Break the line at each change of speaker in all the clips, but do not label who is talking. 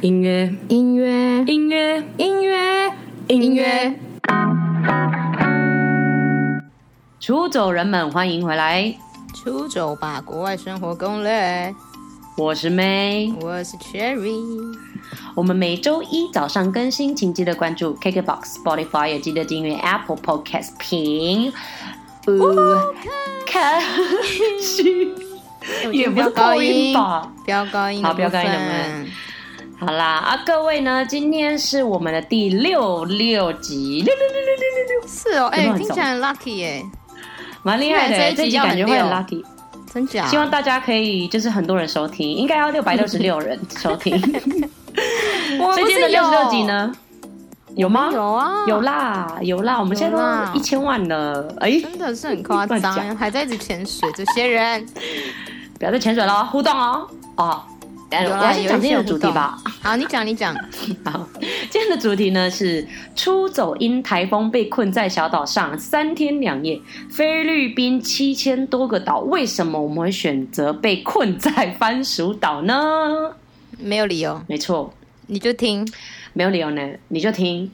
音乐，
音乐，
音乐，
音乐，
音乐。
出走人们，欢迎回来，
出走吧，国外生活攻略。
我是 May。
我是 Cherry，
我们每周一早上更新，请记得关注 KKBOX、Spotify，也记得订阅 Apple Podcast 评。呃， 开始，也不是高音吧？
飙高音的
好
部分，
飙高音的部分好啦，啊，各位呢，今天是我们的第六六集，六六六六六六六，
是
有
哦，
没
哎、
有很
听起来很 lucky 耶，
蛮厉害的
对
欸，
这一
这
集
集
要很
感觉会很
六
lucky。
真假？
希望大家可以就是很多人收听，应该要六百六十六人收听。
我们
最
不
近
是
的六十
有
六集？呢？有吗？
有啊，
有，啦，有啦，我们现在
有啦
都一千万了，哎，
真的是很夸
乱讲
张，还在一直潜水，这些人
不要再潜水了，互动哦，哦，哎
有
我
啦
要先讲今天的主题吧。
好，你讲，你讲，
好，今天的主题呢是出走因台风被困在小岛上三天两夜，菲律宾七千多个岛，为什么我们会选择被困在番薯岛呢？
没有理由，
没错，
你就听。
没有理由呢，你就听，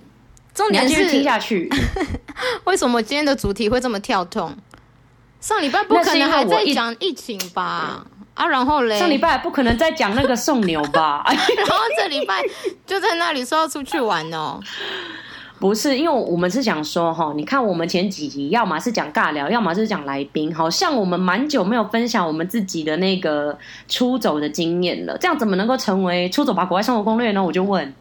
重
你要
点
继续听
是
下去。
为什么今天的主题会这么跳痛？上礼拜不
那
可
是因
能
为
还
我
在
一
讲疫情吧？啊，然后嘞，
上礼拜不可能再讲那个送牛吧？ 哎
然后这礼拜就在那里说要出去玩哦。
不是，因为我们是想说哈，你看我们前几集，要么是讲尬聊，要么是讲来宾，好像我们蛮久没有分享我们自己的那个出走的经验了。这样怎么能够成为出走吧国外生活攻略呢？我就问，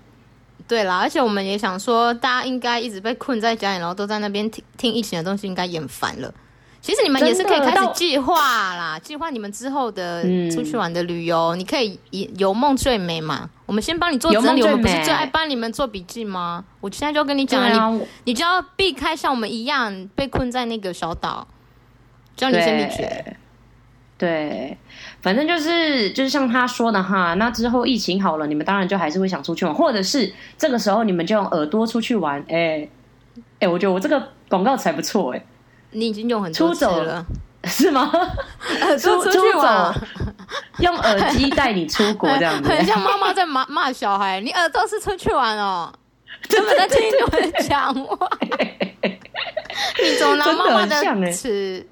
对啦，而且我们也想说，大家应该一直被困在家里，然后都在那边听听疫情的东西，应该厌烦了。其实你们也是可以
真的
开
到
始计划啦，计划你们之后的
嗯
出去玩的旅游，你可以以有梦最美嘛。我们先帮你做
有
整
梦
理，
最
我们不是
美
最爱帮你们做笔记吗？我现在就跟你
对
讲了，
啊，
你
我
你就要避开像我们一样被困在那个小岛，叫你先
对
避绝。
对，反正就是就是像他说的哈，那之后疫情好了，你们当然就还是会想出去玩，或者是这个时候你们就用耳朵出去玩。哎、哎、我觉得我这个广告才不错哎、
你已经用很多
出
次
走
了，
是 吗？
出出去
出
玩
走。用耳机带你出 国这样子，
很像妈妈在骂骂小孩，你耳朵是出去玩哦，根本在听你们讲话。你怎么拿妈妈
真的很像欸
的词？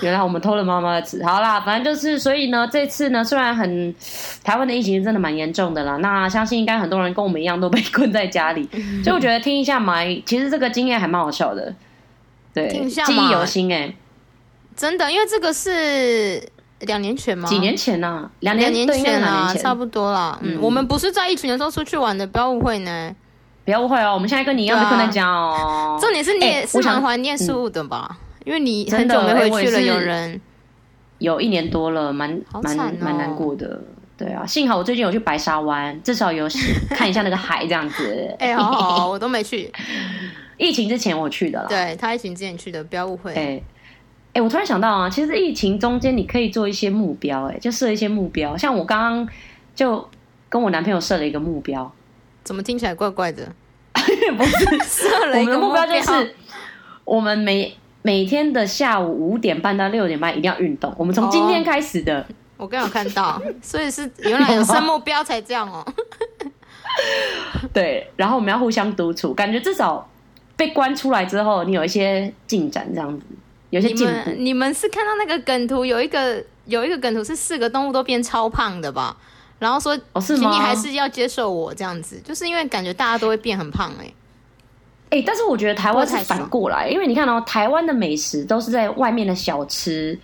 原来我们偷了妈妈的词。好啦，反正就是，所以呢，这次呢，虽然很台湾的疫情真的蛮严重的啦，那相信应该很多人跟我们一样都被困在家里，
嗯
所以我觉得听一下嘛，其实这个经验还蛮好笑的，对，
听一下
记忆
嘛
犹新哎、
真的，因为这个是两年前吗？
几年前呢、两
啊两
年
年
对，应该
前
是两
啦，
年前
差，不多啦。嗯，我们不是在疫情的时候出去玩的，不要误会呢。
不要误会哦，我们现在跟你一样被困在家 哦。
重点是你
哎
也是
我想嗯
蛮怀念宿务的吧？因为你
真
很
的
久没
哎我
回
也
去了，
是
有人
有一年多了，蛮
好
蛮
惨哦
蛮难过的。对啊，幸好我最近有去白沙湾，至少有看一下那个海这样子。
哎，好好好，我都没去。
疫情之前我去的啦。
对他疫情之前去的，不要误会。
哎、哎，我突然想到啊，其实疫情中间你可以做一些目标、哎，就设一些目标。像我刚刚就跟我男朋友设了一个目标，
怎么听起来怪怪的？
不是，
设
我
了一
们
个
的目
标
标就是我们每每天的下午五点半到六点半一定要运动。我们
哦
从今天开始的，
我刚有看到， 所以是原来有设目标才这 样哦、
对，然后我们要互相督促，感觉至少被关出来之后，你有一些进展，这样子，有一些
你
进步
们。你们是看到那个梗图有一个有一个梗图是四个动物都变超胖的吧？然后说，
哦是吗
请你还是要接受我这样子，就是因为感觉大家都会变很胖哎、
哎、但是我觉得台湾是
不太爽
反过来，因为你看哦，台湾的美食都是在外面的小吃，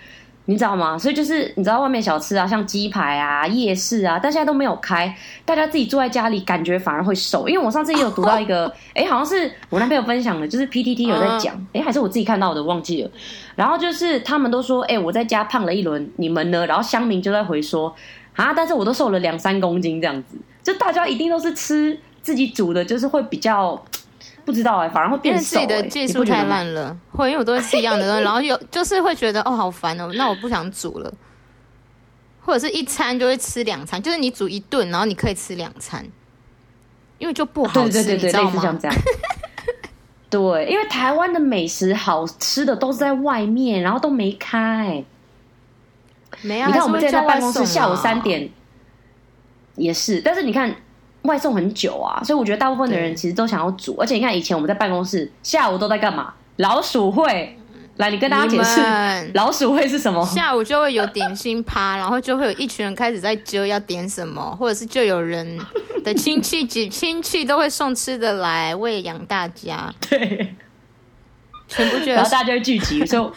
你知道吗？所以就是你知道外面小吃啊，像鸡排啊、夜市啊，但现在都没有开，大家自己坐在家里，感觉反而会瘦。因为我上次也有读到一 个，哎、好像是我男朋友分享的，就是 PTT 有
啊
在讲，哎、还是我自己看到的，忘记了。然后就是他们都说，哎、我在家胖了一轮，你们呢？然后乡民就在回说，啊，但是我都瘦了两三公斤这样子，就大家一定都是吃自己煮的，就是会比较不知道哎、反而会
因
变
为
瘦、
自
欸，
己的技
你
术
不觉得
太
吗
烂了，会因为我都会吃一样的 东西，然后有就是会觉得哦好烦哦，那我不想煮了，或者是一餐就会吃两餐，就是你煮一顿，然后你可以吃两餐，因为就不好
对
吃，
啊对对
你
对，
知道
类似
吗？
像这样。 对，因为台湾的美食好吃的都是在外面，然后都没开。
没啊，
你看我们
还
现在
是会叫
在办
外哦
公室
送
下午
啊
三点，也是，但是你看外送很久啊，所以我觉得大部分的人
对
其实都想要煮，而且你看以前我们在办公室下午都在干嘛？老鼠会，来，你跟大家解释
你们
老鼠会是什么？
下午就会有点心趴，然后就会有一群人开始在揪要点什么，或者是就有人的亲戚几亲戚都会送吃的来喂养大家，
对，
全部觉
然
得
后大家就会聚 集，所以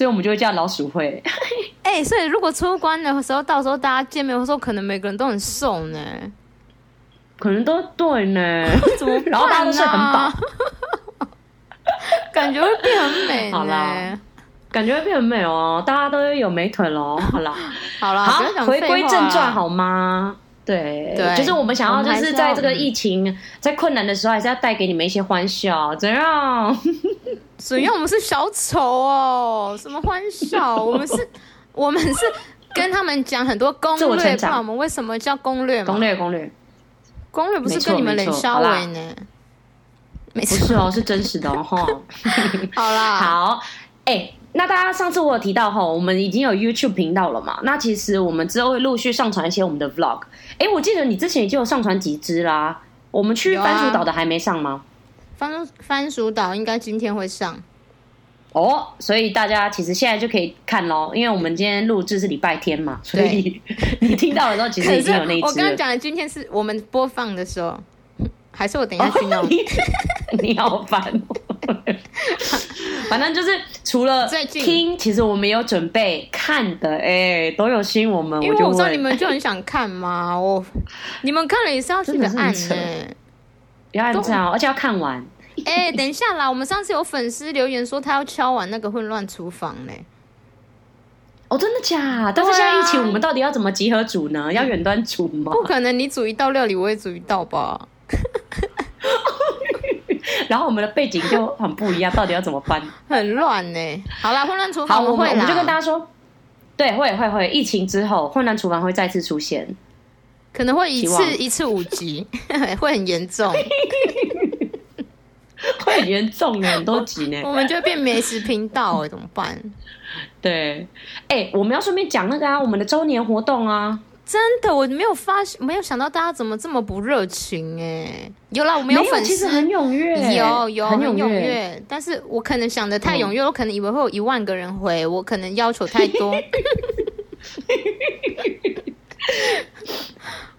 所以我们就会叫老鼠会。
哎、所以如果出关的时候，到时候大家见面的时候，可能每个人都很瘦呢，
可能都对 呢，
怎么办啊、
然后大家都睡很饱，
感觉会变很美
好
呢
啦。感觉会变很美哦，大家都会有美腿喽。好 啦，
好
啊
啦，不要讲
回
废话
归正传，好吗？对，
对
就是我们想要，
我们
就
还是
是在
要
这个疫情、在困难的时候，还是要带给你们一些欢笑，怎样？
只要我们是小丑哦，什么欢笑？我们 是，我们是跟他们讲很多攻
自我
略，
成
不
长
然我们为什么叫攻略嘛？
攻略攻略，
攻略不是跟你们冷笑伟呢？没
不
错，
是哦，是真实的哦。吼
好啦，
好，哎、那大家上次我有提到哈，我们已经有 YouTube 频道了嘛？那其实我们之后会陆续上传一些我们的 Vlog。哎、我记得你之前已经有上传几支啦，我们去
有啊
番薯岛的还没上
啊
吗？
番番薯岛应该今天会上，
哦，所以大家其实现在就可以看喽，因为我们今天录制是礼拜天嘛，所以 你听到的时候其
可
实已
是
经有那一
我
支
刚刚
了。。
讲的今天是我们播放的时候，还是我等一下去弄
哦 你你好烦哦、 反正就是除了
最近
听，其实我们有准备看的，哎、都有吸引我们，
因为
就
我知道
问
你们就很想看 嘛，我你们看了也是要去的
真
按呢、
的是要按赞哦，而且要看完。
哎、等一下啦，我们上次有粉丝留言说他要敲完那个混乱厨房呢、
哦，真的假？但是
对啊
现在疫情，我们到底要怎么集合煮呢？要远端煮吗？
不可能你煮一道料理，我也煮一道吧？
然后我们的背景就很不一样，到底要怎么 办？
很乱呢、好啦，混乱厨
好，
房
我们
会
我
啦，
们就跟大家说，对，会会会，疫情之后，混乱厨房会再次出现。
可能会一
希望
次一次五集， 会很严重。
会很严重呢，欸很多集呢。
我们就会变美食频道哎，怎么办？
对，哎、我们要顺便讲那个啊，我们的周年活动啊，
真的，我没有发现，没有想到大家怎么这么不热情哎。有啦，我们
没
粉
其
丝
实，很踊跃，
有有
很
踊
跃。
跃，嗯但是我可能想的太踊跃，我可能以为会有一万个人回，我可能要求太多。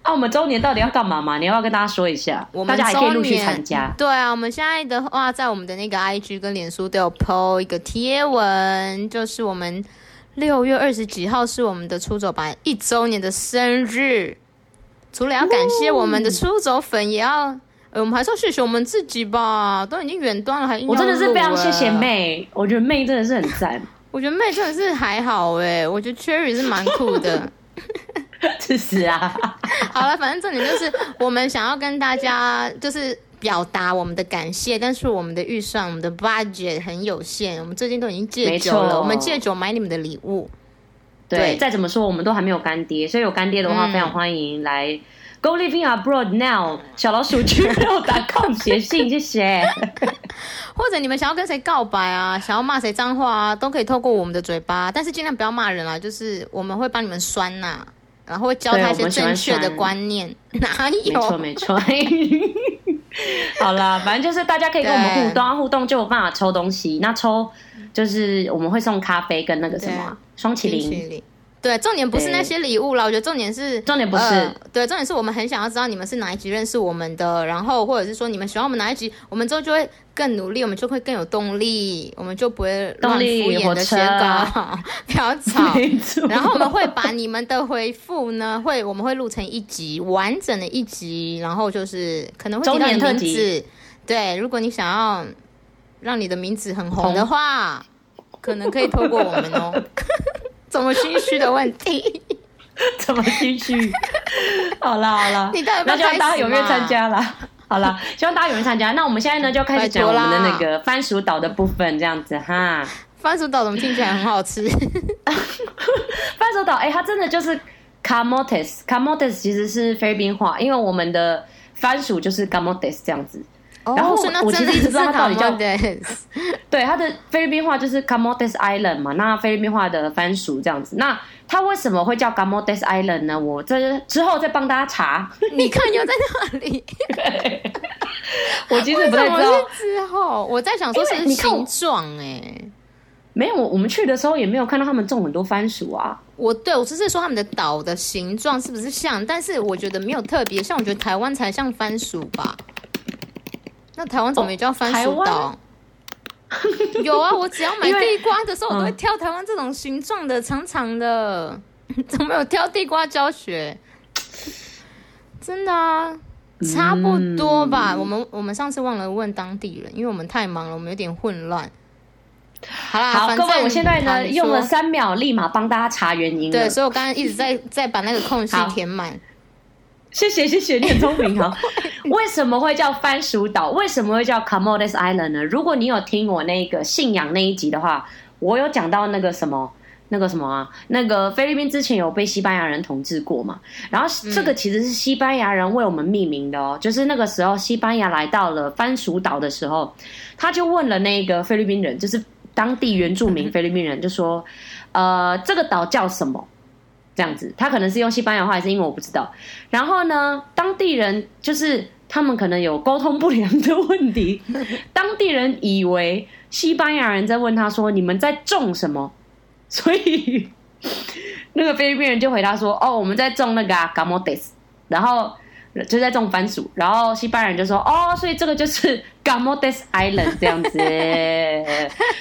啊，我们周年到底要干嘛嘛？你要不要跟大家说一下？
我
大
们
家还可以陆续
周年
参加。
对啊，我们现在的话，在我们的那个 IG 跟脸书都有 PO 一个贴文，就是我们六月二十几号是我们的出走版一周年的生日。除了要感谢我们的出走粉，也要、呃我们还是要谢谢我们自己吧，都已经远端了，还硬
我真的
要
是
录
非常谢谢
了。
妹，我觉得妹真的是很赞，
我觉得妹真的是还好哎、我觉得 Cherry 是蛮酷的。
是是啊，
好了，反正重点就是我们想要跟大家就是表达我们的感谢，但是我们的预算、我们的 budget 很有限，我们最近都已经戒酒
没
了，
错
我们戒酒买你们的礼物，
对，
对
再怎么说我们都还没有干爹，所以有干爹的话，
嗯
非常欢迎来 Go Living Abroad Now 小老鼠 gmail.com 写信，谢谢。
或者你们想要跟谁告白啊，想要骂谁脏话啊，都可以透过我们的嘴巴，但是尽量不要骂人啊，就是我们会帮你们酸呐、然后会教
对
他一
我
些
们喜欢
正确的
酸
观念， 哪
没错，
有？
没错。 好啦，反正就是大家可以跟我们
对
互动啊，互动就有办法抽东西。那抽就是我们会送咖啡跟那个什么啊双淇
冰淇
淋。
淋对，重点不是
对
那些礼物啦，我觉得重点是，
重点不是
呃对，重点是我们很想要知道你们是哪一集认识我们的，然后或者是说你们喜欢我们哪一集，我们之后就会更努力，我们就会更有动力，我们就不会
动
乱敷
力
衍的
火车
写稿， 不要吵。
没 错
然后我们 会把你们的回复呢， 会我们会录成一集完整的一集，然后就是可能会提到你
周年特
名
辑
字。对，如果你想要让你的名字很红的话，可能可以透过我们 哦。怎么心虚的问题？
怎么继续？好啦好啦，
你到底要不
那
要
希望大家
开始
踊跃
嘛
参加啦。好啦，希望大家踊跃参加。那我们现在呢，就开始讲我
拜托
们
啦
的那个番薯岛的部分，这样子哈。
番薯岛怎么听起来很 好吃？
半手岛，哎、它真的就是 camotes，camotes 其实是菲律宾话，因为我们的番薯就是 camotes 这样子，然后
哦所以那
我其
真的
实一直不知道它到底叫
Camotes
对，它的菲律宾话就是 Camotes Island 嘛，那菲律宾话的番薯这样子。那它为什么会叫 Camotes Island 呢？我这之后再帮大家 查。
你看又在那里，
我其实
为
不
什
太
么
知道，
是之后？我在想说是
因
不
为你
是
看我
形状哎。
没有，我我们去的时候也没有看到他们种很多番薯啊。
我对我只是说他们的岛的形状是不是像，但是我觉得没有特别像，我觉得台湾才像番薯吧。那台湾怎么也叫番薯
哦台
岛？ 有啊，我只要买
因为嗯
地瓜的时候，我都会挑台湾这种形状的、长长的。 怎么有挑地瓜教学？真的啊，差不多吧。
嗯
我们我们上次忘了问当地人，因为我们太忙了，我们有点混乱。好啦，
好，
啊反
各
正
位，我现在
好
呢
你
用
说
了三秒，立马帮大家查原因了。
对，所以我刚刚一 直在在把那个空隙
好
填满。
谢谢谢谢，你很聪明哈。为什么会叫番薯岛？为什么会叫 Comodes Island 呢？如果你有听我那个信仰那一集的话，我有讲到那个什么。那个什么啊，那个菲律宾之前有被西班牙人统治过嘛？然后这个其实是西班牙人为我们命名的哦，就是那个时候西班牙来到了番薯岛的时候，他就问了那个菲律宾人，就是当地原住民菲律宾人，就说，呃，这个岛叫什么？这样子，他可能是用西班牙话还是英文，我不知道。然后呢，当地人就是他们可能有沟通不良的问题，当地人以为西班牙人在问他说：“你们在种什么？”所以那个菲律宾人就回答说：“哦，我们在种那个啊 gamotes。”然后就在种番薯，然后西班牙人就说：“哦，所以这个就是 gamotes island 这样子，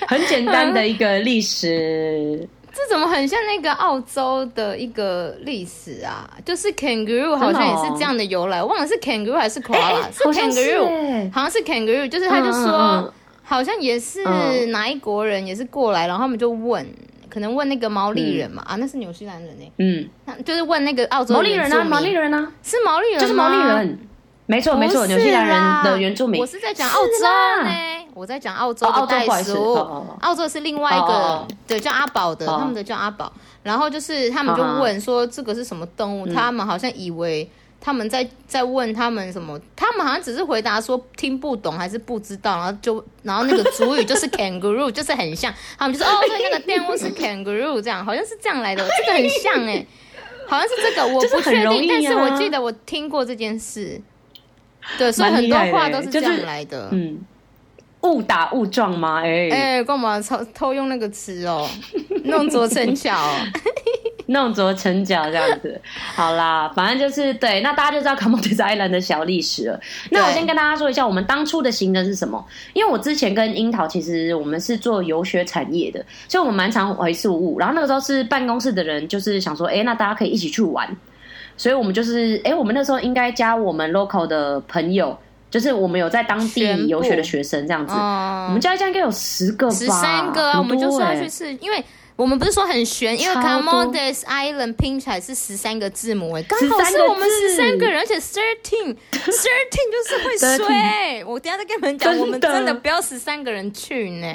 很简单的一个历史。”
这怎么很像那个澳洲的一个历史啊？就是 kangaroo 好
真的
像
哦
也是这样的由来，我忘了是 kangaroo 还是
哎
koala，、
好像是
kangaroo，
哎
好像是 kangaroo，就是他就说、
嗯嗯嗯
好像也是
嗯
哪一国人也是过来，然后他们就问，可能问那个毛利人嘛、啊，那是纽西兰人呢、
嗯，
那就是问那个澳洲
毛利人
原
啊，
住民
毛利人啊，
是毛利人吗，啊
就是毛利人，没错没错，
不是
纽西兰
啦
人的原住民
我。是在讲澳洲呢，我在讲澳洲
哦澳
的
洲
袋
不好意思
鼠
哦哦哦，
澳洲是另外一
哦哦
个，对，叫阿宝的，
哦
他们的叫阿宝。然后就是他们就
啊
问说这个是什么
嗯
动物，他们好像以为他们在在问他们什么，他们好像只是回答说听不懂还是不知道，然后就然后那个主语就是 kangaroo，就是很像，他们就说哦，所以那个电物是 kangaroo，这样好像是这样来的，这个很像哎、好像是这个，我
就是
不
很
确
容
定，
易
但是我
啊
记得我听过这件事。对，所以
蛮
很
厉
多
害的
话
欸
都是
就
这
是
样来的。
嗯，误打误撞吗？哎、
哎、干嘛偷偷用那个词哦，弄拙成巧、 哦。
弄拙成角这样 子。好啦，反正就是对，那大家就知道 Comotes Island 的小历史了。那我
对
先跟大家说一下，我们当初的行程是什么？因为我之前跟樱桃其实我们是做游学产业的，所以我们蛮常回宿务。然后那个时候是办公室的人，就是想说，哎、那大家可以一起去玩。所以我们就是，哎、我们那时候应该加我们 local 的朋友，就是我们有在当
全部
地游学的学生这样子。我
哦、
们加一加应该有十个吧，
十三个啊，我
嗯很多
们就说要
欸
去吃，因为我们不是说很悬，因为
超多
Camodes Island 拼起来是十三个字母哎，刚
13
好是
个
我们
字
十三个人，而且 thirteen thirteen 就是会衰。欸我等一下再跟你们讲，
真的
我们真的不要十三个人去呢。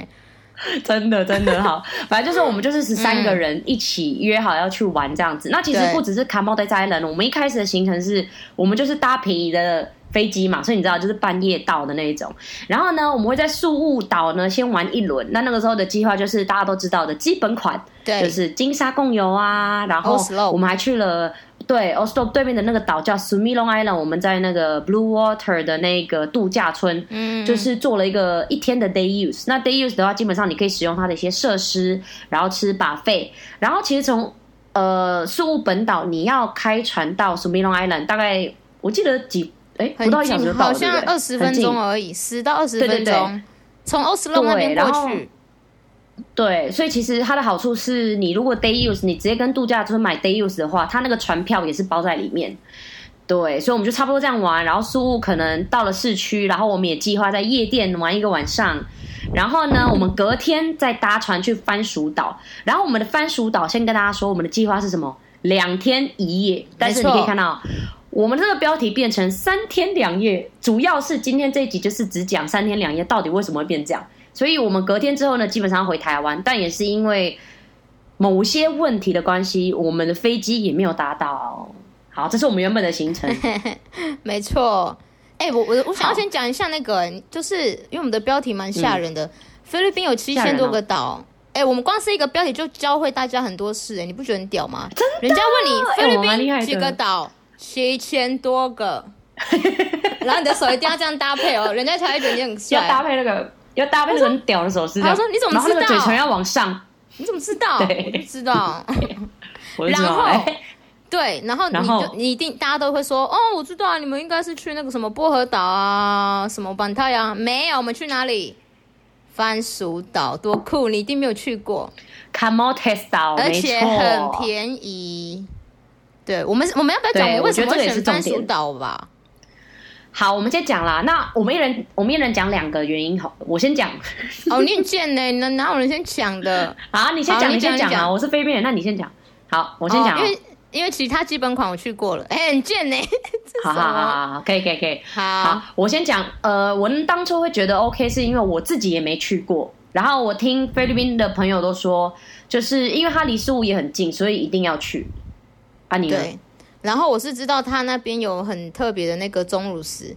真的真的 好，反正就是我们就是十三个人一起约好要去玩这样子。那其实
对
不只是 c a m o d e Island，我们一开始的行程是我们就是搭便宜的飞机嘛，所以你知道就是半夜到的那一种。然后呢，我们会在宿务岛呢先玩一轮。那那个时候的计划就是大家都知道的基本款，
对
就是金沙共游啊，然后
Oslo
我们还去了。对 o s l o 对面的那个岛叫 Sumilong Island，我们在那个 Blue Water 的那个度假村，
嗯，
就是做了一个一天的 day use。那 day use 的话，基本上你可以使用它的一些设施，然后吃 buffet，然后其实从呃宿务本岛你要开船到 Sumilong Island，大概我记得几哎、
很
不到一小时就
近，
到
好
了，对
像
不对
二十分钟。而已，十到二十
对对
分钟，从 Oslo 那边
对然后
过去。
对，所以其实它的好处是你如果 day use，你直接跟度假村买 day use 的话，它那个船票也是包在里面。对，所以我们就差不多这样玩，然后宿务可能到了市区，然后我们也计划在夜店玩一个晚上，然后呢，我们隔天再搭船去番薯岛，然后我们的番薯岛先跟大家说我们的计划是什么，两天一夜，但是
没
你
错
可以看到。我们这个标题变成三天两夜，主要是今天这一集就是只讲三天两夜到底为什么会变这样，所以我们隔天之后呢，基本上回台湾，但也是因为某些问题的关系，我们的飞机也没有搭到。好，这是我们原本的行程。
没错。哎、哎、我我我想要
好嗯
先讲一下那个、就是因为我们的标题蛮吓人的，菲律宾有七
吓人
千
哦
多个岛。哎、我们光是一个标题就教会大家很多事、哎，你不觉得很屌吗？人家问你
哎
菲律
我蛮厉害
宾
的
几个岛，七千多个，然后你的手一定要这样搭配哦，人家才会觉得你很
要搭
帅。
配那个，要搭配那个很屌的手势。
他说你怎么
然后那个
知道
嘴唇要往上，
你怎么知道？
对
我就知道。
我就知
然
道
后
哎、
对，然后你
然后
就你一定大家都会说，哦，我知道啊，你们应该是去那个什么薄荷岛啊，什么板太阳、没有，我们去哪里？番薯岛多酷，你一定没有去过，
c o m e on test 到，
而
没错
且很便宜。对我们，我们要不要讲
对
我为
我觉
什
得这
么
个
会
也
选
是
番
重
薯
点
岛吧？
好，我们先讲啦。那我们一人，我们一人讲两个原因。好，我先讲。
哦，你很贱呢， 哪哪有人先抢的？
好，你先
好
讲，
你
你先
讲
讲啊。
你讲
我是非边人，那你先讲。好，我先
哦
讲哦、
因为因为其他基本款我去过了，哎，很贱呢。
好好好好好，可以可以可以。好
好，，
我先讲。呃，我当初会觉得 OK，是因为我自己也没去过。然后我听菲律宾的朋友都说，就是因为它离苏武也很近，所以一定要去。啊，你呢？
对，然后我是知道它那边有很特别的那个钟乳石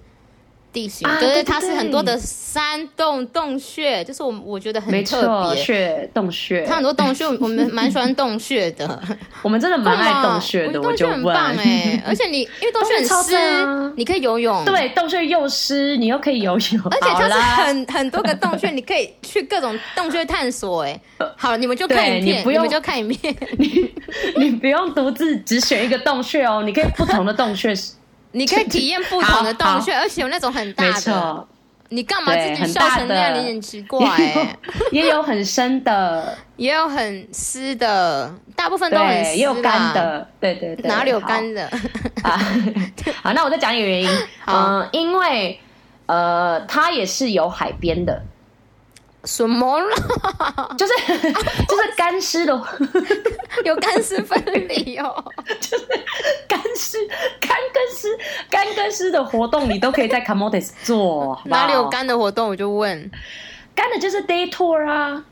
地形，
啊
就
对对
是它是很多
对
的山洞洞穴，就是我我觉得很
没
特
错，
别。
穴洞穴，
它很多洞穴， 我我们蛮喜欢洞穴的，
我们真的蛮 爱洞
穴
穴的，
洞
就
很
问。
棒哎、而且你因为洞穴
洞穴超
很湿，
赞啊
你可以游泳，，
对，洞穴又湿，你又可以游泳，
而且
好
它是
啦
很很多个洞穴，你可以去各种洞穴探索 哎、好，你们就看
对
影
你
片，
不
你们
用
就看影片，
你不用独自只选一个洞穴哦，你可以不同的洞穴。
你可以体验不同的
好
洞穴，而且有那种很
没
大的，
错，
你干嘛
对
自己
很
笑
大
成那样？
的
你很奇 怪哎、
也有也有很深的，
也有很湿的，大部分都很湿啦
对，也有干，的，对对对，
哪里有
好
干的？
啊？好，那我再讲一个原因，
好
嗯、因为呃，它也是有海边的，
什么啦？ 啊
就是 就是干湿的
有干湿分离 哦。
干湿干跟湿干跟湿的活动，你都可以在 Camotes 做，好不好
哪里有？干的活动？我就问
干的就是 day tour 啊，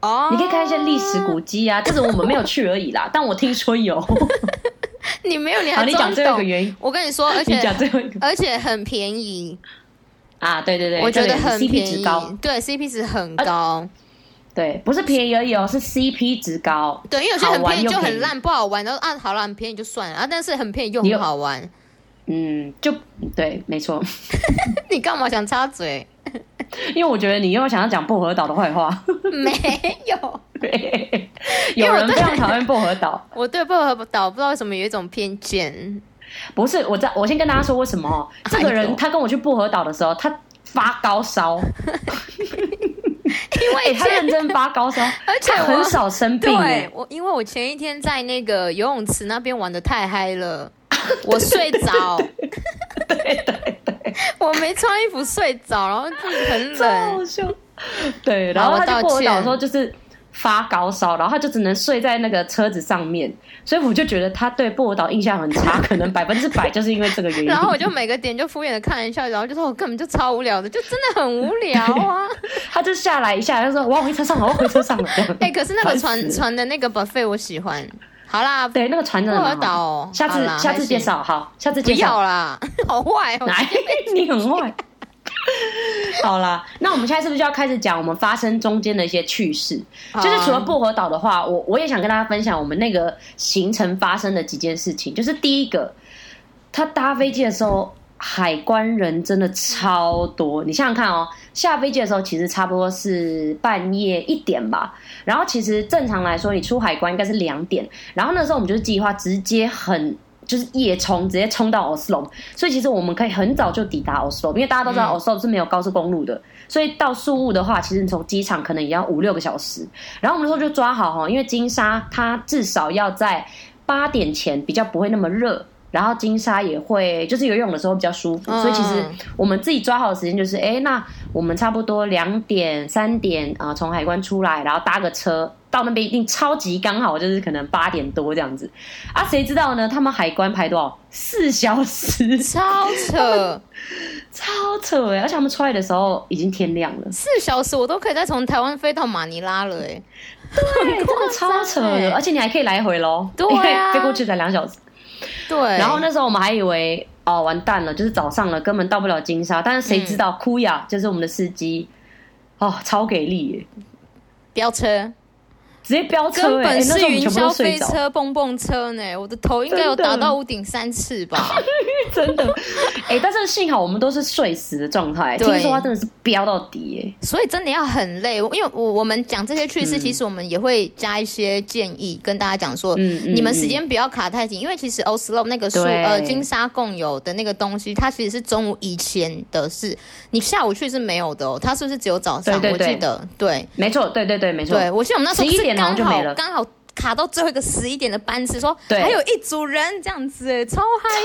哦。
你可以看一些历史，古迹啊，但是我们没有去而已 啦，但我听说有。
你没有，你
好，
还
你讲
哎装
最后一个
懂
原因，
我跟你说，而
你讲
且
最后一个
而且很便宜，
啊，对对对，
我觉
这
得
个也
很
是
便
CP
宜
值高，，啊
对，CP 值很高。
对，不是便宜而已哦，是 CP 值高。
对，因为有些很
好玩
便宜
又
就
便
很
宜
烂，不好玩。然后啊，好了，很便宜就算了啊，但是很便宜又
你有
很好玩。
嗯，就对，没错，
你干嘛想 插嘴？
因为我觉得你又想要讲薄荷岛的坏话，
没有。
对，
因为
有
我
人
对
非常讨厌薄荷岛，
我对薄荷岛不知道为什么有一种偏见，
不是，我在我先跟大家说为什么哦，这个
哎呦
人他跟我去薄荷岛的时候，他发高烧，
因为
哎，
以
他
前
认真发高烧，
而且
他
我
很少生病，
对
哎，
我，因为我前一天在那个游泳池那边玩的太嗨了，我 睡着，对对对， 我没穿衣服睡着，然后就很
超
冷，
好笑，对，然后
好
他
我
去
道
薄荷岛的
歉
时候就是。发高烧，然后他就只能睡在那个车子上面，所以我就觉得他对薄荷岛印象很差，可能百分之百就是因为这个原因。
然后我就每个点就敷衍的看一下，然后就说我根本就超无聊的，就真的很无聊啊。
他就下来一下，他就说：“我要回车上了，我要回车上了。这样
哎、可是那个
烦死
船
了
船的那个 buffet 我喜欢，好啦，不
对，那个船长
薄荷岛哦
下
好
次
啦
下
还
次
行
介绍，好，下次介绍
要。啦， 好坏哦，
来， 你很坏。 好啦，那我们现在是不是就要开始讲我们发生中间的一些趣事？
好啊
就是除了薄荷岛的话，我我也想跟大家分享我们那个行程发生的几件事情。就是第一个，他搭飞机的时候，海关人真的超多。你想想看哦，下飞机的时候其实差不多是半夜一点吧，然后其实正常来说你出海关应该是两点，然后那时候我们就是计划直接很。就是夜冲，直接冲到 Oslo，所以其实我们可以很早就抵达 Oslo，因为大家都知道 Oslo 是没有高速公路的，所以到宿务的话，其实你从机场可能也要五六个小时。然后我们那时候就抓好哈，因为金沙它至少要在八点前比较不会那么热，然后金沙也会就是游泳的时候比较舒服，
嗯
所以其实我们自己抓好的时间就是，哎，那我们差不多两点三点啊、呃从海关出来，然后搭个车到那边一定超级刚好，就是可能八点多这样子。啊，谁知道呢？他们海关排多少？四小时，
超扯。
超扯哎、而且他们出来的时候已经天亮了。
四小时我都可以再从台湾飞到马尼拉了、欸，
对，真的超扯
欸
的，而且你还可以来回喽，
对啊
因为飞过去才两小时。
对。
然后那时候我们还以为哦，完蛋了，就是早上了，根本到不了金沙。但是谁知道，库雅就是我们的司机，哦，超给力耶，
飙车，
直接飙车耶，
根本
哎那时
是
候我们
云
全部都
霄
睡
飞
着，
车、蹦蹦车呢！我的头应该有打到屋顶三次 吧？
真的。哎、但是幸好我们都是睡死的状态，听
对
说他真的是飙到底耶。
所以真的要很累，因为我我们讲这些趣事，其实我们也会加一些建议跟大家讲说，
嗯嗯嗯
你们时间不要卡太紧，因为其实 Oslo 那个数
对
呃金沙共有的那个东西，它其实是中午以前的事，你下午去是没有的哦，它是不是只有早上？
对对对
我记得，对
没错，对对对，没错。
对，我记得我们那时候
11
是
点好像
刚
就没了
好刚好卡到最后一个十一点的班次，说
对
还有一组人这样子，哎超
超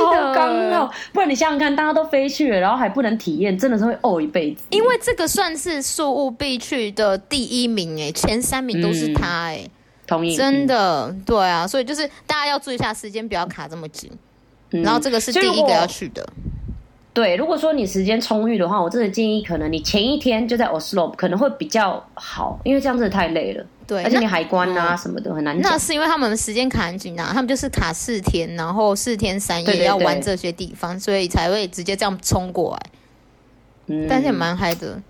嗨的，
刚好，不然你想想看，大家都飞去了，然后还不能体验，真的是会哦呕一辈子。
因为这个算是宿务必去的第一名，哎，前三名都是他，哎、
同意，
真的，对啊，所以就是大家要注意一下时间，不要卡这么紧。
嗯。
然后这个是第
所以
一
如
个
果
要去的，
对，如果说你时间充裕的话，我真的建议可能你前一天就在 Oslo 可能会比较好，因为这样真的太累了，
对。
而且你
那嗯
海关啊什么的很难
那
讲。
是因为他们时间卡很紧啊，他们就是卡四天，然后四天三
对对
夜要
对
玩这些地方，所以才会直接这样冲过来，
嗯，
但是也蛮嗨的。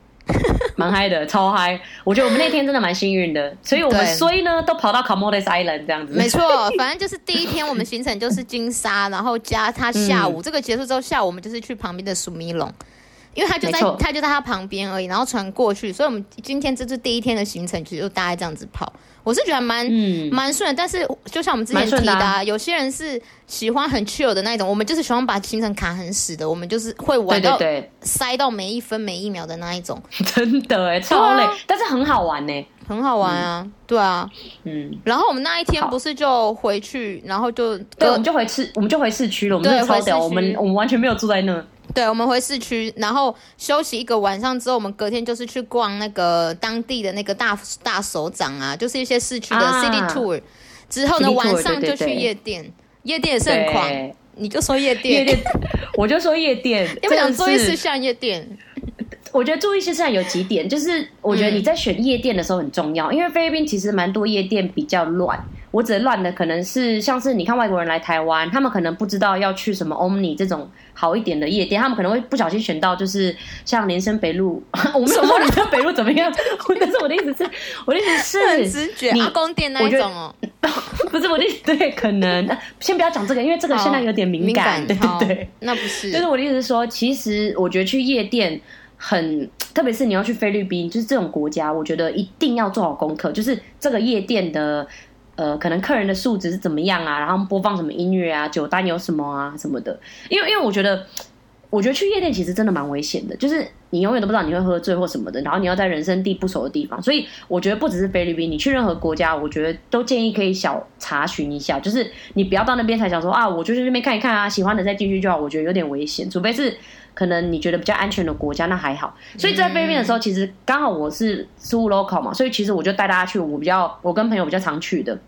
蛮嗨的，超嗨！我觉得我们那天真的蛮幸运的，所以我们
对
所以呢都跑到 Comodes Island 这样 子。
没错，反正就是第一天我们行程就是金沙，然后加他下
嗯
午、这个结束之后，下午我们就是去旁边的苏米龙，因为他就
没
在
错
他就在他旁边而已，然后船过去，所以我们今天这是第一天的行程，其实就大概这样子跑。我是觉得蛮
嗯
蛮顺的，但是就像我们之
蛮
前
顺
提
的
的、
啊
有些人是喜欢很 chill 的那一种，我们就是喜欢把行程卡很死的，我们就是会
对
玩
对
到
对，
塞到每一分每一秒的那一种，
真的哎，超累
对啊，
但是很好玩呢。
很好玩啊，对啊。
嗯，
然后我们那一天
好
不是就回去，然后就
对，
隔
我们就回市，我们就回市区了，我们
对
真的超屌，
回市
我
区
们我们完全没有住在那。
对，我们回市区，然后休息一个晚上之后，我们隔天就是去逛那个当地的那个大大首长啊，就是一些市区的
啊
city tour。之后呢，
City tour，
晚上
对对
就
对
去夜店，夜店也是很狂，
对，
你就说
夜
夜店，
店，我就说夜店，
要不想
真
注
的
意
是
事项夜店，
我觉得注意事项有几点，就是我觉得
嗯
你在选夜店的时候很重要，因为菲律宾其实蛮多夜店比较乱。我指的乱的可能是像是你看外国人来台湾，他们可能不知道要去什么 Omni 这种好一点的夜店，他们可能会不小心选到就是像林森北路， 我没有说林森北路怎么样，我但是我的意思是，我的意思
很
是
直觉，
你
阿公店那一种哦，
不是我的意思对，可能先不要讲这个，因为这个现在有点敏
敏
感，对
好
对对。
那不
就是
是，
我的意思是说，其实我觉得去夜店很，特别是你要去菲律宾，就是这种国家，我觉得一定要做好功课，就是这个夜店的。呃，可能客人的素质是怎么样啊？然后播放什么音乐啊？酒单有什么啊？什么的？因为因为我觉得，我觉得去夜店其实真的蛮危险的，就是你永远都不知道你会喝醉或什么的，然后你要在人生地不熟的地方，所以我觉得不只是菲律宾，你去任何国家，我觉得都建议可以小查询一下，就是你不要到那边才想说啊，我就去那边看一看啊，喜欢的再进去就好，我觉得有点危险，除非是。可能你觉得比较安全的国家，那还好。所以在菲律宾的时候，其实刚好我是苏 local 嘛，所以其实我就带大家去我比较我跟朋友比较常去的，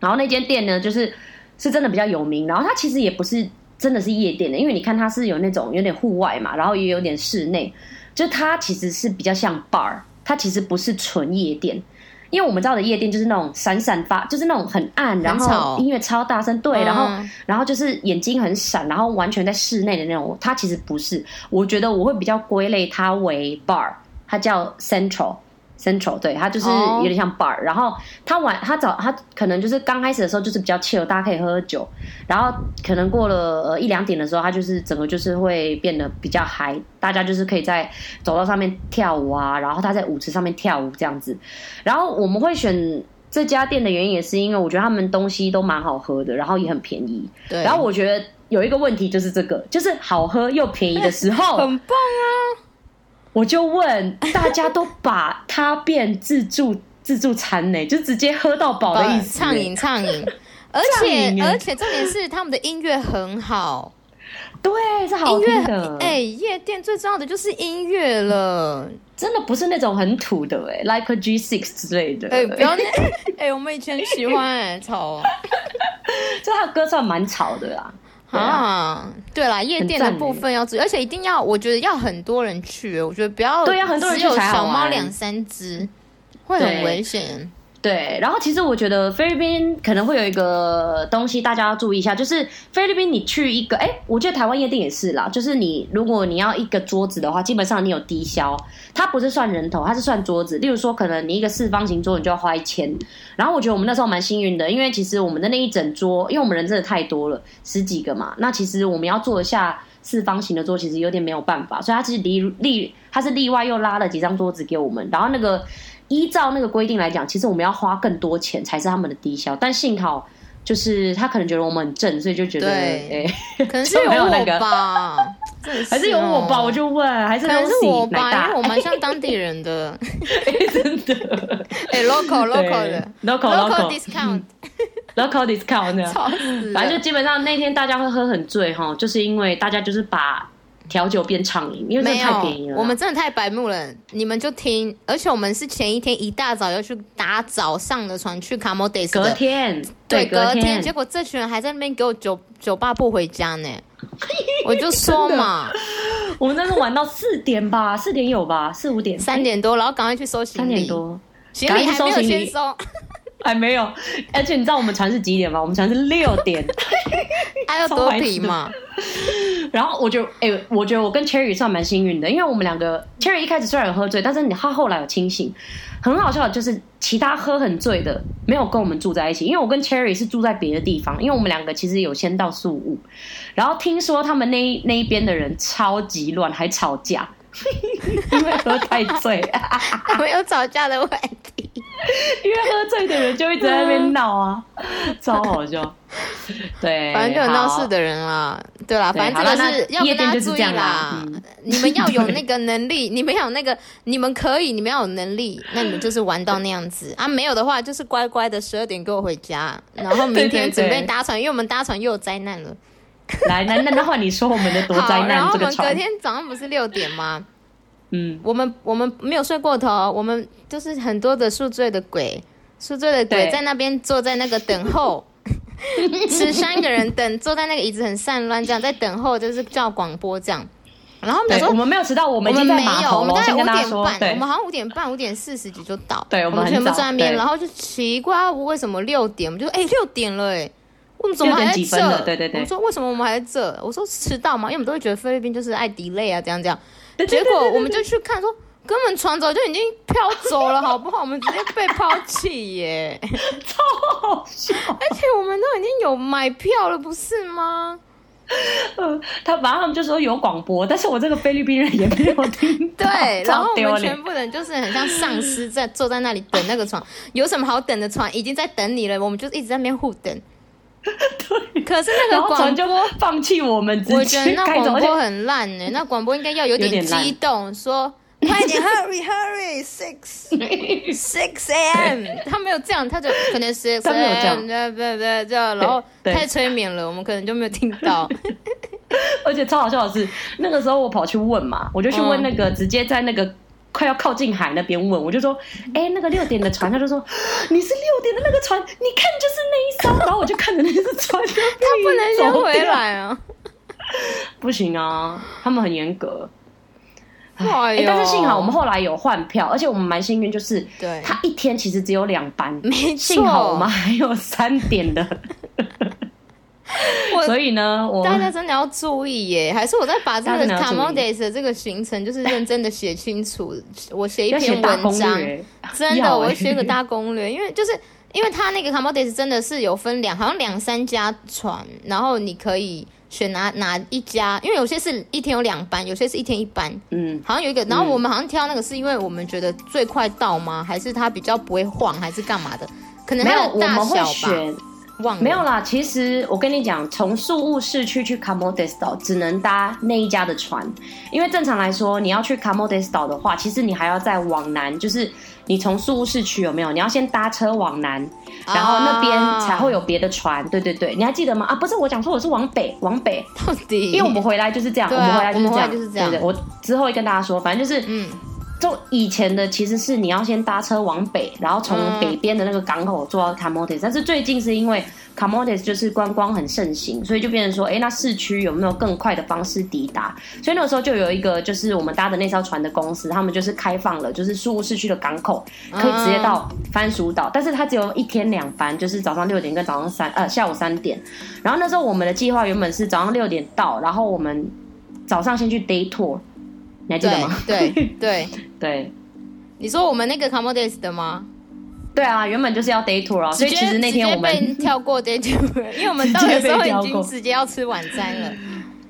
然后那间店呢，就是是真的比较有名，然后它其实也不是真的是夜店的，因为你看它是有那种有点户外嘛，然后也有点室内，就它其实是比较像 bar，它其实不是纯夜店。因为我们知道的夜店就是那种闪闪发，就是那种很暗，然后
吵
音乐超大声，对，
嗯
然后然后就是眼睛很闪，然后完全在室内的那种。它其实不是，我觉得我会比较归类它为 bar，它叫 central。Central 对，它就是
哦
有点像 bar，、然后它晚它早它可能就是刚开始的时候就是比较 chill，大家可以喝喝酒，然后可能过了呃一两点的时候，它就是整个就是会变得比较嗨，大家就是可以在走道上面跳舞啊，然后他在舞池上面跳舞这样子，然后我们会选这家店的原因也是因为我觉得他们东西都蛮好喝的，然后也很便宜。
对，
然后我觉得有一个问题就是这个，就是好喝又便宜的时候，
很棒啊，
我就问大家都把它变自助自助餐呢、就直接喝到饱的意思、
畅饮畅饮，而
畅饮
且
哎
而且重点是他们的音乐很好。
对，是好
音乐
听
很
哦的，
哎、夜店最重要的就是音乐了。
真的不是那种很土的、欸，哎，like a G six 之类的，
哎、不要那哎、我们以前喜欢哎、吵哦
就他的歌算蛮吵的啦。 对啊，
啊。对啦，夜店的
很赞哎
部分要注意，而且一定要，我觉得要很多人去，我觉得不要
对要很多人
只有
去才好
小猫
玩
两三只，会很
对
危险。
对，然后其实我觉得菲律宾可能会有一个东西大家要注意一下，就是菲律宾你去一个，哎，我觉得台湾夜店也是啦，就是你如果你要一个桌子的话，基本上你有低消，它不是算人头，它是算桌子。例如说，可能你一个四方形桌你就要花一千，然后我觉得我们那时候蛮幸运的，因为其实我们的那一整桌，因为我们人真的太多了，十几个嘛，那其实我们要坐一下四方形的桌，其实有点没有办法，所以它其实例例它是例外又拉了几张桌子给我们，然后那个依照那个规定来讲，其实我们要花更多钱才是他们的低消，但幸好就是他可能觉得我们很正，所以就觉得哎
对。可能是哦
就
有
没有
我
那个
吧，真的
还是有
哦
我吧，我就问，还是
可能是
Rosie
我
奶
吧，
大
因为 我蛮像当地人的，
真的
哎，local local 的
local
local
local
discount，
local discount 那样
超死了，
嗯反正就基本上那天大家会喝很醉哈，就是因为大家就是把调酒变畅饮，因为真的
没有
太便宜了啦。
我们真的太白目了，你们就听，而且我们是前一天一大早要去打早上的船去卡莫迪斯
隔
的，
天
对，隔
隔
结果这群人还在那边给我酒酒吧不回家 呢，我就说嘛，
我们那时候玩到四点吧，四点有吧，四五点，哎
三点多，然后赶快去收行
三点
李，
多
行李还没有先收，
还没有。而且你知道我们船是几点吗？我们船是六点。
还有多皮嘛，
然后我就哎、我觉得我跟 Cherry 算蛮幸运的，因为我们两个 Cherry 一开始虽然有喝醉，但是你他后来有清醒。很好笑的就是，其他喝很醉的没有跟我们住在一起，因为我跟 Cherry 是住在别的地方，因为我们两个其实有先到宿务，然后听说他们那一那一边的人超级乱，还吵架， 因为喝太醉，
没有吵架的问题。
因为喝醉的人就一直在那
嗯
边闹啊，超好笑。对，
反正就有闹
好
事的人啦，对啦，
对
反正这
好
个
啦
是
那
要
夜店
跟大家
就是
注意
这样
啦
啦嗯。
你们要有 那个能力，你们要有那个，你们可以，你们要有能力，那你们就是玩到那样子啊。没有的话，就是乖乖的十二点给我回家，然后明
对对
天
对
准备搭船，因为我们搭船又有灾难了。
来，那那那换你说我们的多灾
好，然
难
后
这
我
个
们隔
船，
天早上不是六点吗？
嗯，
我们我们没有睡过头，我们就是很多的宿醉的鬼，宿醉的鬼
对
在那边坐在那个等 候，十三个人等坐在那个椅子很散乱，这样在等候就是叫广播这样。然后我们
对
想，说
我们没有迟到，我们已经在
没
码
有，
头
我们
了。
大概
先
五
跟大家
点
说，
半，
对
我们好像五点半五点四十几就到，
对我们
们全部
很早
在那边，
对
然后就奇怪我为什么六点，我们就哎六点了哎。我们怎么
6
还
点
在
几分了
这？
对对对
我们说为什么我们还在这？我说迟到嘛，因为我们都会觉得菲律宾就是爱 delay 啊，这样这样。
对对
结
对
果我们就去看说，根本船走就已经飘走了，好不好？我们直接被抛 弃耶！
超 好笑。
而且我们都已经有买票了，不是吗？
他反正他们就说有广播，但是我这个菲律宾人也没有听到，
对，然
超
后我
丢
们
脸
全。部人就是很像丧尸在坐在那里等那个船，有什么好等的船已经在等你了，我们就一直在那边互等。 可是那
然
个
后
广
船就放弃我们，
我
直
觉得
接
那
开走，
广
而
播
且
很烂呢、那广播应该要有
有
点
点烂
激动，说快点 hurry hurry six six a.m. 他没有这样，他就可能 six
他没有这样
a.m. 对对对这样，然后
对对
太催眠了，我们可能就没有听到。
而且超好笑的是，那个时候我跑去问嘛，我就去问
嗯
那个直接在那个。快要靠近海那边问，我就说，哎、那个六点的船，他就说 你是六点的那个船，你看就是那一艘，然后我就看着那只船，他
他不能先回，来啊！
不行啊，他们很严格。
哎
哎、
呦，
但是幸好我们后来有换票，而且我们蛮幸运，就是
对
他一天其实只有两班，
没错
幸好我们还有三点的，
我
所以呢，我
大家真的要注意耶！还是我再把这个
哦大家真的要注
Tamodays 的这个行程，就是认真的写清楚。我写一
要写
篇
大
文
攻
章，
略，
真的，
要
我
欸
会 写个大攻略，因为就是因为他那个 Tamodays 真的是有分两，好像两三家船，然后你可以选哪哪一家，因为有些是一天有两班，有些是一天一班。
嗯，
好像有一个，然后我们好像挑那个是因为我们觉得最快到吗？还是它比较不会晃，还是干嘛的？可能
没有
它，的
我
大
们会
小吧，嗯
选
忘了
没有啦。其实我跟你讲，从宿务市区去 Camotes 岛只能搭那一家的船，因为正常来说，你要去 Camotes 岛的话，其实你还要再往南，就是你从宿务市区有没有？你要先搭车往南，然后那边才
啊
会有别的船。对对对，你还记得吗？啊，不是我讲错，我是往北，往北，
到底，
因为我们回来就是这样，
对啊
我们回来
我们回来
就
就是是
这
这
样。
样
对对，我之后会跟大家说，反正就是
嗯
就以前的其实是你要先搭车往北，然后从
嗯
北边的那个港口坐到 Camotes，、但是最近是因为 Camotes 就是观光很盛行，所以就变成说，哎，那市区有没有更快的方式抵达？所以那个时候就有一个就是我们搭的那艘船的公司，他们就是开放了，就是宿务市区的港口可以直接到
嗯
番薯岛，但是它只有一天两班，就是早上六点跟早上三呃下午三点。然后那时候我们的计划原本是早上六点到，然后我们早上先去 day tour，你还记得吗？
对对对，
对
你说我们那个 Comodes 的吗？
对啊，原本就是要 day tour 啊，所以
直接
其实那天我
直接被
们
跳过 day two，因 为我们到的时
直接
候
被
已
跳
经
过
直接要吃晚餐了。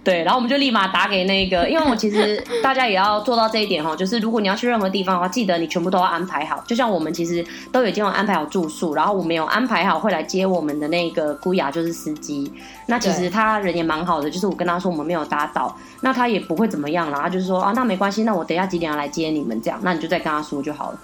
对，然后我们就立马打给那个，因为我其实大家也要做到这一点哈，就是如果你要去任何地方的话，记得你全部都要安排好。就像我们其实都已经有安排好住宿，然后我们有安排好会来接我们的那个姑雅就是司机，那其
对
实他人也蛮好的，就是我跟他说我们没有搭到，那他也不会怎么样啦，他就是说啊那没关系，那我等一下几点要来接你们这样，那你就再跟他说就好了。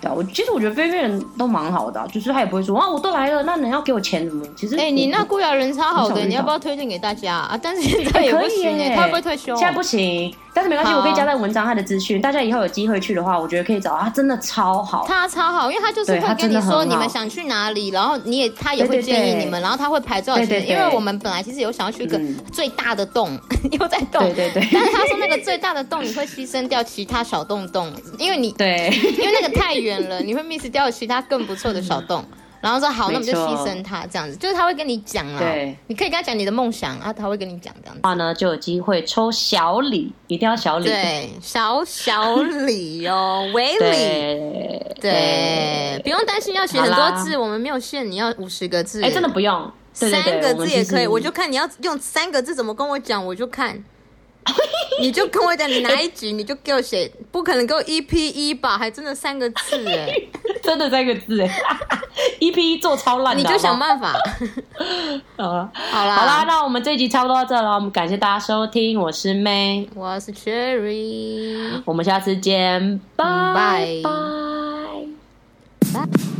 对啊，我其实我觉得菲律宾人都蛮好的啊、就是他也不会说啊我都来了，那你要给我钱怎么？其实
哎、
我
你那
我
顾雅人超好
很少遇
的，
到
你要不要推荐给大家啊？啊但是现在
哎
也
可
不
以
行哎、
耶
他会不会退休？
现在不行，但是没关系，
好
我可以加在文章他的资讯。大家以后有机会去的话，我觉得可以找他，真的超好。
他超好，因为他就是
对
会
他
跟
真
你
的
说
很好
你们想去哪里，然后你也他也会
对对
建议
对
你们，然后他会排多少
对
钱。
对
因
对
为我们本来其实有想要去一个
嗯
最大的洞， 又在洞，
对对对
但是他说那个最大的洞你会牺牲掉其他小洞洞，因为你
对
因为那个太远了，你会 miss 掉其他更不错的小 洞。然后说好，那我们就
没错
牺牲它这样子，就是他会跟你讲啦
对，
你可以跟他讲你的梦想啊，他会跟你讲这样子
的。话呢，就有机会抽小礼，一定要小礼。
对，小小李哦，维里，
对哎
对，不用担心要写很
好
多
啦
字，我们没有限你要五十个字，
哎，真的不用，对对对
三个
们
字
其实
也可以，我就看你要用三个字怎么跟我讲，我就看。你就跟我讲你哪一集，你就给我写，不可能给我一 p 一吧，还真的三个字哎、
真的三个字哎，EP 一 E 做超烂的，
你就
好
想
不好
办法。
好啦
好啦，
好啦，，那我们这一集差不多到这了，我们感谢大家收听，我是 May，
我是 Cherry。嗯
我们下次见，拜
拜
拜。
拜